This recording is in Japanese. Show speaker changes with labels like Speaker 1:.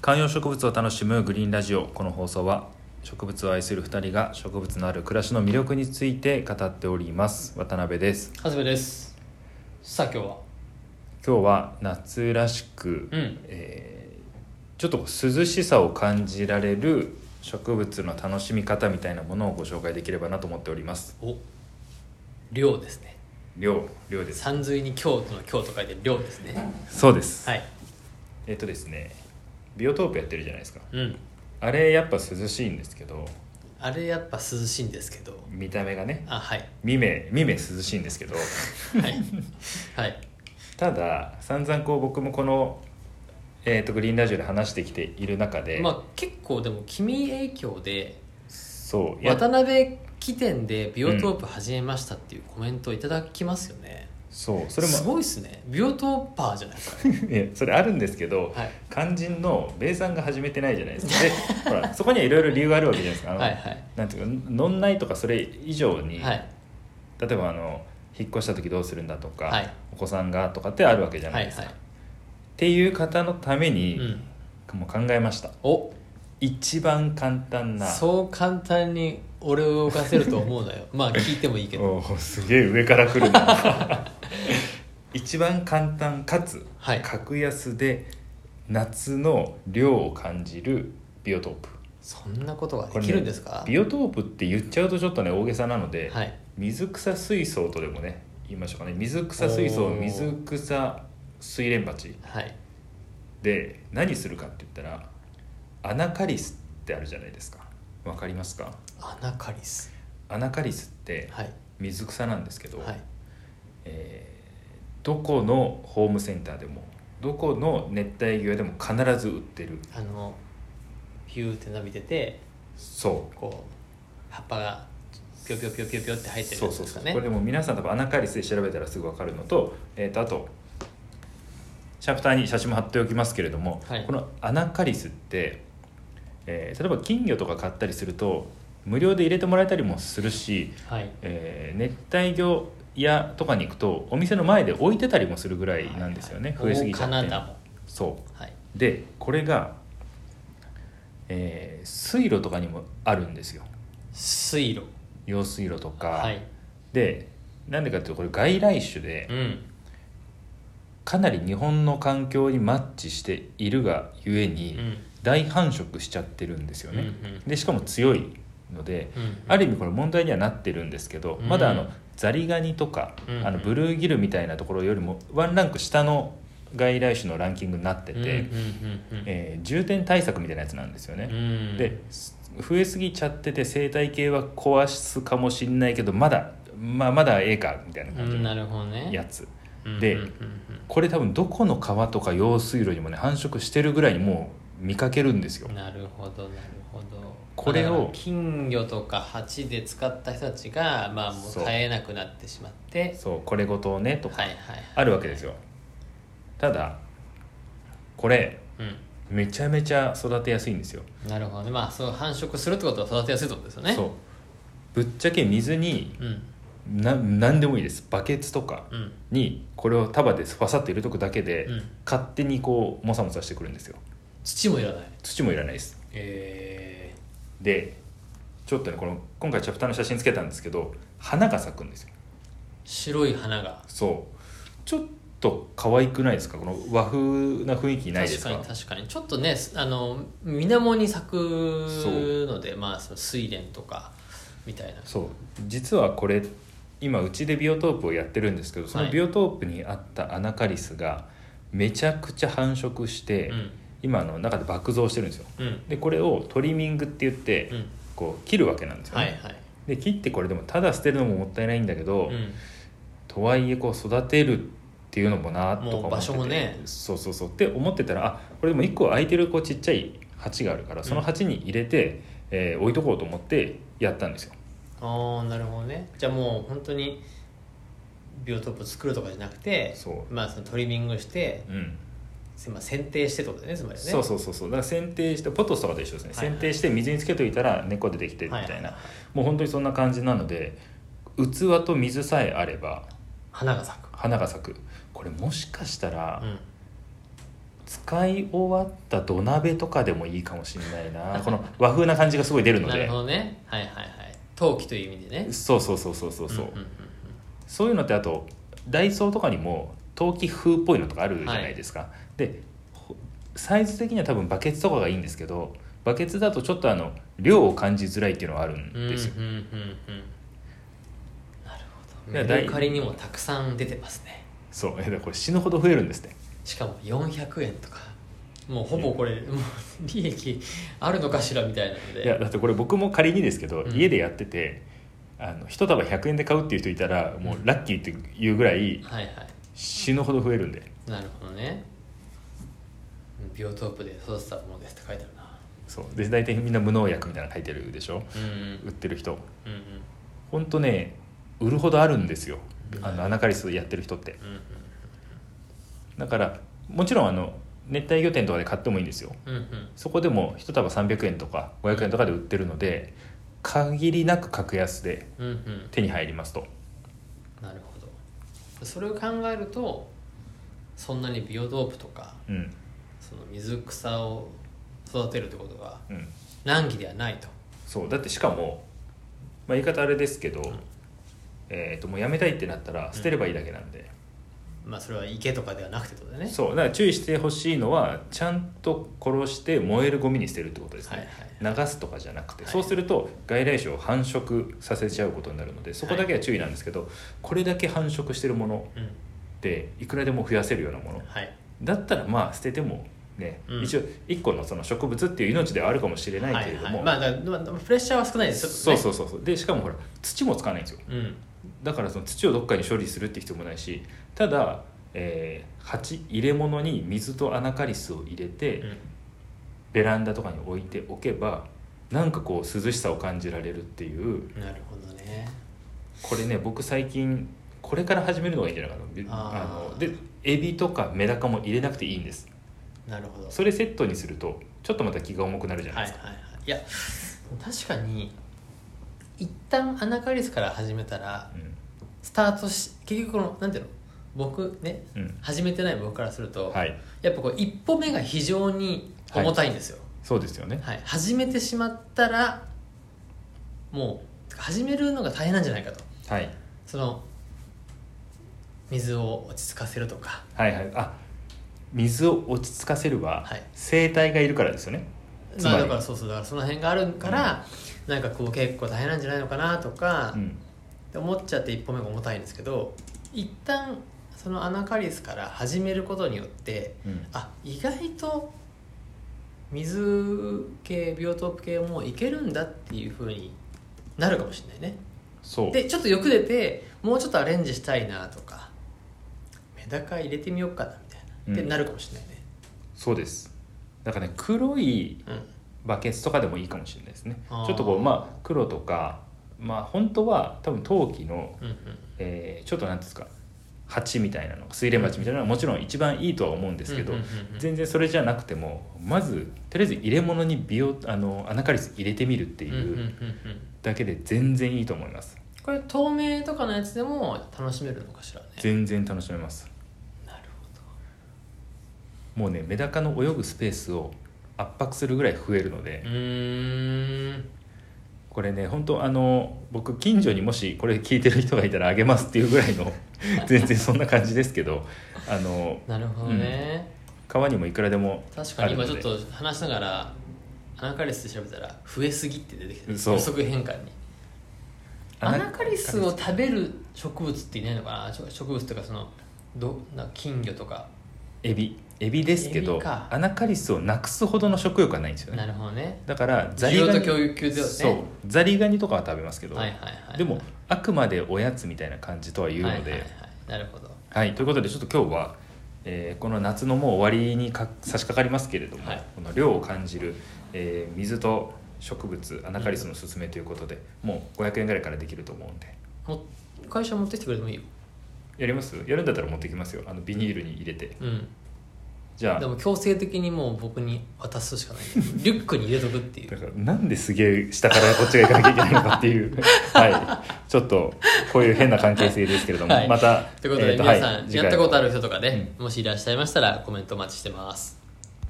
Speaker 1: 観葉植物を楽しむグリーンラジオこの放送は植物を愛する2人が植物のある暮らしの魅力について語っております渡辺です
Speaker 2: はじめですさあ今日は
Speaker 1: 今日は夏らしく、
Speaker 2: うん
Speaker 1: えーちょっとこう涼しさを感じられる植物の楽しみ方みたいなものをご紹介できればなと思っております
Speaker 2: お涼ですね
Speaker 1: 量量です
Speaker 2: 山水に京都の京と書いて涼ですね
Speaker 1: そうです、
Speaker 2: はい
Speaker 1: えっ、とですねビオトープやってるじゃないですか
Speaker 2: うん
Speaker 1: あれやっぱ涼しいんですけど
Speaker 2: あれやっぱ涼しいんですけど
Speaker 1: 見た目がね
Speaker 2: あ はい
Speaker 1: 見目見目涼しいんですけど
Speaker 2: はいはい
Speaker 1: ただ散々こう僕もこの、えー、とグリーンラジオで話してきている中で、
Speaker 2: まあ結構でも君影響で
Speaker 1: そうや
Speaker 2: 渡辺起点でビオトープ始めましたっていうコメントをいただきますよね、
Speaker 1: そうそ
Speaker 2: そ
Speaker 1: れ
Speaker 2: れ
Speaker 1: も
Speaker 2: もすごいですねビオトーパーじゃないですか、
Speaker 1: いやそれあるんですけど、
Speaker 2: はい
Speaker 1: 肝心の米さんが始めてないじゃないですかでほらそこにはいろいろ理由があるわけじゃないですかあの、
Speaker 2: はいはい
Speaker 1: なんていうか飲んないとかそれ以上に、
Speaker 2: はい
Speaker 1: 例えばあの引っ越した時どうするんだとか、
Speaker 2: はい
Speaker 1: お子さんがとかってあるわけじゃ
Speaker 2: は
Speaker 1: ない
Speaker 2: い
Speaker 1: ですか、
Speaker 2: はい
Speaker 1: っていう方のために、
Speaker 2: うん
Speaker 1: もう考えました
Speaker 2: お
Speaker 1: 一番簡単な
Speaker 2: そう簡単に俺を動かせると思う なよまあ聞いてもいいけど
Speaker 1: おーすげえ上から来るな 一番簡単かつ
Speaker 2: はい
Speaker 1: 格安で夏の量を感じるビオトープ
Speaker 2: そんなことが
Speaker 1: これ
Speaker 2: で
Speaker 1: ね
Speaker 2: きるんですか、
Speaker 1: ビオトープって言っちゃうとちょっとね大げさなので、
Speaker 2: はい
Speaker 1: 水草水槽とでもね言いましょうかね水草水槽
Speaker 2: おー
Speaker 1: 水草水蓮鉢
Speaker 2: はい
Speaker 1: で何するかって言ったらアナカリスってあるじゃないですかわかりますか
Speaker 2: アナカリス
Speaker 1: アナカリスって
Speaker 2: はい
Speaker 1: 水草なんですけど、
Speaker 2: はい
Speaker 1: えーどこのホームセンターでもどこの熱帯魚でも必ず売ってる
Speaker 2: あのピューって伸びてて
Speaker 1: そ
Speaker 2: こう葉っぱがピョピョピョピョピョって入
Speaker 1: う
Speaker 2: ってる
Speaker 1: そ
Speaker 2: や
Speaker 1: う
Speaker 2: つ
Speaker 1: そう
Speaker 2: です
Speaker 1: そ
Speaker 2: か
Speaker 1: う、
Speaker 2: ね
Speaker 1: これでも皆さん多分アナカリスで調べたらすぐ分かるのと,、えーとあとシャプターに写真も貼っておきますけれども、
Speaker 2: はい
Speaker 1: このアナカリスって、えー例えば金魚とか買ったりすると無料で入れてもらえたりもするし、
Speaker 2: はい
Speaker 1: えー熱帯魚屋とかに行くとお店の前で置いてたりもするぐらいなんですよね、
Speaker 2: はいはい
Speaker 1: 増えすぎちゃっ
Speaker 2: 大金
Speaker 1: て
Speaker 2: 田も
Speaker 1: そう
Speaker 2: はい
Speaker 1: でこれが、えー水路とかにもあるんですよ
Speaker 2: 水路
Speaker 1: 用水路とか、
Speaker 2: はい
Speaker 1: でなんでかっていうとこれ外来種で
Speaker 2: うん
Speaker 1: かなり日本の環境にマッチしているがゆえ
Speaker 2: う
Speaker 1: に
Speaker 2: ん
Speaker 1: 大繁殖しちゃってるんですよね、
Speaker 2: うんうん
Speaker 1: でしかも強いので
Speaker 2: うん
Speaker 1: ある意味これ問題にはなってるんですけど、
Speaker 2: うん
Speaker 1: まだあのザリガニとか、
Speaker 2: うん
Speaker 1: あのブルーギルみたいなところよりもワンランク下の外来種のランキングになってて、
Speaker 2: うんうんうん
Speaker 1: えー重点対策みたいなやつなんですよね、
Speaker 2: うん
Speaker 1: です増えすぎちゃってて生態系は壊すかもしんないけどまだ、まあ、まだええかみたいな
Speaker 2: う
Speaker 1: 感じ
Speaker 2: んな
Speaker 1: の
Speaker 2: るほどね
Speaker 1: やつ、
Speaker 2: うん
Speaker 1: で
Speaker 2: うんうん
Speaker 1: これ多分どこの川とか用水路にもね繁殖してるぐらいにもう見かけるんですよ
Speaker 2: うんなるほどなるほど
Speaker 1: これを
Speaker 2: だから金魚とか鉢で使った人たちがまあもう
Speaker 1: そう
Speaker 2: 絶えなくなってしまって
Speaker 1: そうこれごとねとか
Speaker 2: はいはいはい
Speaker 1: あるわけですよただこれ
Speaker 2: うん
Speaker 1: めちゃめちゃ育てやすいんですよ、
Speaker 2: なるほどねまあそう繁殖するってことは育てやすいってことですよね
Speaker 1: そうぶっちゃけ水に
Speaker 2: うん
Speaker 1: な何でもいいですバケツとか
Speaker 2: うん
Speaker 1: にこれを束でファサッと入れとくだけで、
Speaker 2: うん
Speaker 1: 勝手にこうモサモサしてくるんですよ
Speaker 2: 土もいらない
Speaker 1: 土もいらないです
Speaker 2: え
Speaker 1: でちょっとねこの今回チャプターの写真つけたんですけど花が咲くんですよ
Speaker 2: ー、白い花が
Speaker 1: そうちょっと可愛くないですかこの和風な雰囲気ないで
Speaker 2: 確
Speaker 1: す
Speaker 2: か
Speaker 1: か
Speaker 2: に確かにちょっとねあの水面に咲くのでまあその睡蓮とかみたいな
Speaker 1: そう実はこれ今うちでビオトープをやってるんですけどその
Speaker 2: はい
Speaker 1: ビオトープにあったアナカリスがめちゃくちゃ繁殖して、
Speaker 2: うん
Speaker 1: 今あの中で爆増してるんですよ
Speaker 2: うん
Speaker 1: でこれをトリミングって言って、
Speaker 2: うん
Speaker 1: こう切るわけなんですよ、
Speaker 2: は
Speaker 1: ね
Speaker 2: いはい
Speaker 1: で切ってこれでもただ捨てるのももったいないんだけど、
Speaker 2: うん
Speaker 1: とはいえこう育てるっていうのもなとか思って
Speaker 2: も
Speaker 1: て
Speaker 2: う場所もね
Speaker 1: そうそうそうって思ってたらあこれでも1個空いてるこうちっちゃい鉢があるからその鉢に入れて、えー置いとこうと思ってやったんですよ
Speaker 2: ああなるほどねじゃあもう本当にビオトープ作るとかじゃなくて
Speaker 1: そう
Speaker 2: まあ、そのトリミングして、
Speaker 1: うん、
Speaker 2: すまあ、剪定してってことだよねつまりね
Speaker 1: そうそうそうそうだから剪定してポトスとかと一緒ですね、
Speaker 2: はいはい
Speaker 1: 剪定して水につけといたら根っこ出てきてみたいな、
Speaker 2: はいはいはい
Speaker 1: もう本当にそんな感じなので器と水さえあれば
Speaker 2: 花が咲く
Speaker 1: 花が咲くこれもしかしたら、
Speaker 2: うん
Speaker 1: 使い終わった土鍋とかでもいいかもしれないな この和風な感じがすごい出るの
Speaker 2: なる
Speaker 1: で
Speaker 2: ほどねはいはいはい陶器という意味でね
Speaker 1: そうそうそうそうそうそう、
Speaker 2: んんん
Speaker 1: そういうのってあとダイソーとかにも陶器風っぽいのとかあるじゃないですか、でほサイズ的には多分バケツとかがいいんですけどバケツだとちょっとあの量を感じづらいっていうのはあるん
Speaker 2: うん
Speaker 1: ですよ、
Speaker 2: うんうんうんなるほど
Speaker 1: いや
Speaker 2: メ
Speaker 1: 大
Speaker 2: ルカリにもたくさん出てますね
Speaker 1: そうえだからこれ死ぬほど増えるんですね
Speaker 2: しかも400円とかもうほぼこれもう利益あるのかしらみたいなので
Speaker 1: いやだってこれ僕も仮にですけど、
Speaker 2: うん
Speaker 1: 家でやっててあの一束100円で買うっていう人いたらもうラッキーっていうぐらい
Speaker 2: はいはい
Speaker 1: 死ぬほど増えるんで
Speaker 2: なるほどねビオトープで育てたものですって書いてあるな
Speaker 1: そうで大体みんな無農薬みたいなの書いてるでしょ
Speaker 2: うん
Speaker 1: 売ってる人
Speaker 2: うんうん
Speaker 1: ほんとね売るほどあるんですよ
Speaker 2: うん
Speaker 1: あのアナカリスやってる人って
Speaker 2: うんうん
Speaker 1: だからもちろんあの熱帯魚店とかで買ってもいいんですよ
Speaker 2: うんうん
Speaker 1: そこでも一束300円とか500円とかで売ってるので限りなく格安で
Speaker 2: うんうん
Speaker 1: 手に入りますと
Speaker 2: なるほどそれを考えるとそんなにビオトープとか
Speaker 1: うん
Speaker 2: その水草を育てるってことが
Speaker 1: うん
Speaker 2: 難儀ではないと
Speaker 1: そうだってしかも、まあ、言い方あれですけど、えー、ともうやめたいってなったら捨てればいいだけなんで、
Speaker 2: まあそれは池とかではなくてってことでね
Speaker 1: そうだから注意してほしいのはちゃんと殺して燃えるゴミに捨てるってことですね、流すとかじゃなくて、
Speaker 2: はい
Speaker 1: そうすると外来種を繁殖させちゃうことになるのでそこだけは注意なんですけど、これだけ繁殖してるもの
Speaker 2: はいはい、
Speaker 1: っていくらでも増やせるようなもの
Speaker 2: うんはい
Speaker 1: だったらまあ捨ててもね、
Speaker 2: うん
Speaker 1: 一応一個のその植物っていう命ではあるかもしれないけれども、
Speaker 2: はいはい、まあだからまあプレッシャーは少ないです
Speaker 1: そう
Speaker 2: う
Speaker 1: そうそうそうでしかもほら土もつかないんですよ
Speaker 2: うん
Speaker 1: だからその土をどっかに処理するって必要もないしただ、えー鉢入れ物に水とアナカリスを入れて、
Speaker 2: うん
Speaker 1: ベランダとかに置いておけばなんかこう涼しさを感じられるっていう
Speaker 2: なるほどね
Speaker 1: これね僕最近これから始めるのがいいんじゃないかなび
Speaker 2: あー
Speaker 1: あのでエビとかメダカも入れなくていいんです
Speaker 2: なるほど
Speaker 1: それセットにするとちょっとまた気が重くなるじゃない
Speaker 2: はい
Speaker 1: で
Speaker 2: はい
Speaker 1: すか、
Speaker 2: はいいや確かに一旦アナカリスから始めたらスタートし結局このなんていうの僕ね
Speaker 1: うん、うん
Speaker 2: 始めてない僕からすると、
Speaker 1: はい
Speaker 2: やっぱこう一歩目が非常に重たいんですよ、
Speaker 1: そうですよね
Speaker 2: はい始めてしまったらもう始めるのが大変なんじゃないかと
Speaker 1: はい
Speaker 2: その水を落ち着かせるとか
Speaker 1: はいはいあ水を落ち着かせるは
Speaker 2: はい
Speaker 1: 生態がいるからですよね、つ
Speaker 2: ま
Speaker 1: ま
Speaker 2: あ
Speaker 1: り
Speaker 2: だからそうそうだからその辺があるから、なんかこう結構大変なんじゃないのかなとか、
Speaker 1: うん
Speaker 2: って思っちゃって一歩目が重たいんですけど一旦そのアナカリスから始めることによって
Speaker 1: うん、
Speaker 2: あ意外と水系ビオトープ系もいけるんだっていうふうになるかもしれないね
Speaker 1: そう
Speaker 2: でちょっと欲出てもうちょっとアレンジしたいなとかメダカ入れてみようかなみたいな、
Speaker 1: うん
Speaker 2: ってなるかもしれないね
Speaker 1: そうですだからね黒い
Speaker 2: うん
Speaker 1: バケツとかでもいいかもしれないですね
Speaker 2: あー
Speaker 1: ちょっとこうまあ黒とかまあ本当は多分陶器の、
Speaker 2: うん
Speaker 1: えーちょっと何ですか鉢みたいなの水蓮鉢みたいなのはもちろん一番いいとは思うんですけど、
Speaker 2: うんうんうんうん
Speaker 1: 全然それじゃなくてもまずとりあえず入れ物に美容あのアナカリス入れてみるって
Speaker 2: うんうんうんうんう
Speaker 1: いうんだけで全然いいと思います
Speaker 2: これ透明とかのやつでも楽しめるのかしらね
Speaker 1: 全然楽しめます
Speaker 2: なるほ
Speaker 1: もうねメダカの泳ぐスペースを圧迫するぐらい増えるので
Speaker 2: どうーん
Speaker 1: これね本当あの僕近所にもしこれ聞いてる人がいたらあげますっていうぐらい の全然そんな感じですけどあの
Speaker 2: なるほどね、
Speaker 1: 川にもいくらでも
Speaker 2: 確かに今
Speaker 1: ある
Speaker 2: ちょ
Speaker 1: の
Speaker 2: っ
Speaker 1: で
Speaker 2: と話しながらアナカリスで調べたら増えすぎって出てきた予
Speaker 1: そう
Speaker 2: 測変換にアナカリスを食べる植物っていないのかなちょ植物とかそのどな金魚とか
Speaker 1: エビエビですけ
Speaker 2: エ
Speaker 1: ど
Speaker 2: ビか
Speaker 1: アナカリスをなくすほどの食欲はないんですよ
Speaker 2: な
Speaker 1: ね
Speaker 2: るほどね
Speaker 1: だからザ
Speaker 2: 需
Speaker 1: リ
Speaker 2: 要
Speaker 1: ガ
Speaker 2: と
Speaker 1: ニ、
Speaker 2: 供給だよね
Speaker 1: そうザリガニとかは食べますけど、
Speaker 2: はいはいはい
Speaker 1: でもあくまでおやつみたいな感じとは言うので、
Speaker 2: は
Speaker 1: はいい
Speaker 2: はいはいなるほど
Speaker 1: ということでちょっと今日は、えーこの夏のもう終わりにか差し掛かりますけれども、
Speaker 2: はい
Speaker 1: この量を感じる、えー水と植物アナカリスのすすめということで、もう500円ぐらいからできると思うんで
Speaker 2: も会社持ってきてくれてもいいよ
Speaker 1: やりますやるんだったら持ってきますよあのビニールに入れて
Speaker 2: うん
Speaker 1: じゃあ
Speaker 2: でも強制的にもう僕に渡すしかないんだけどリュックに入れとくっていう
Speaker 1: だからなんですげえ下からこっちが行かなきゃいけないのかって いうはいちょっとこういう変な関係性ですけれども、
Speaker 2: はい
Speaker 1: また
Speaker 2: ということで、
Speaker 1: えー
Speaker 2: 皆さん、
Speaker 1: はい
Speaker 2: やったことある人とかで、
Speaker 1: う
Speaker 2: もしいらっしゃいましたらコメントお待ちしてます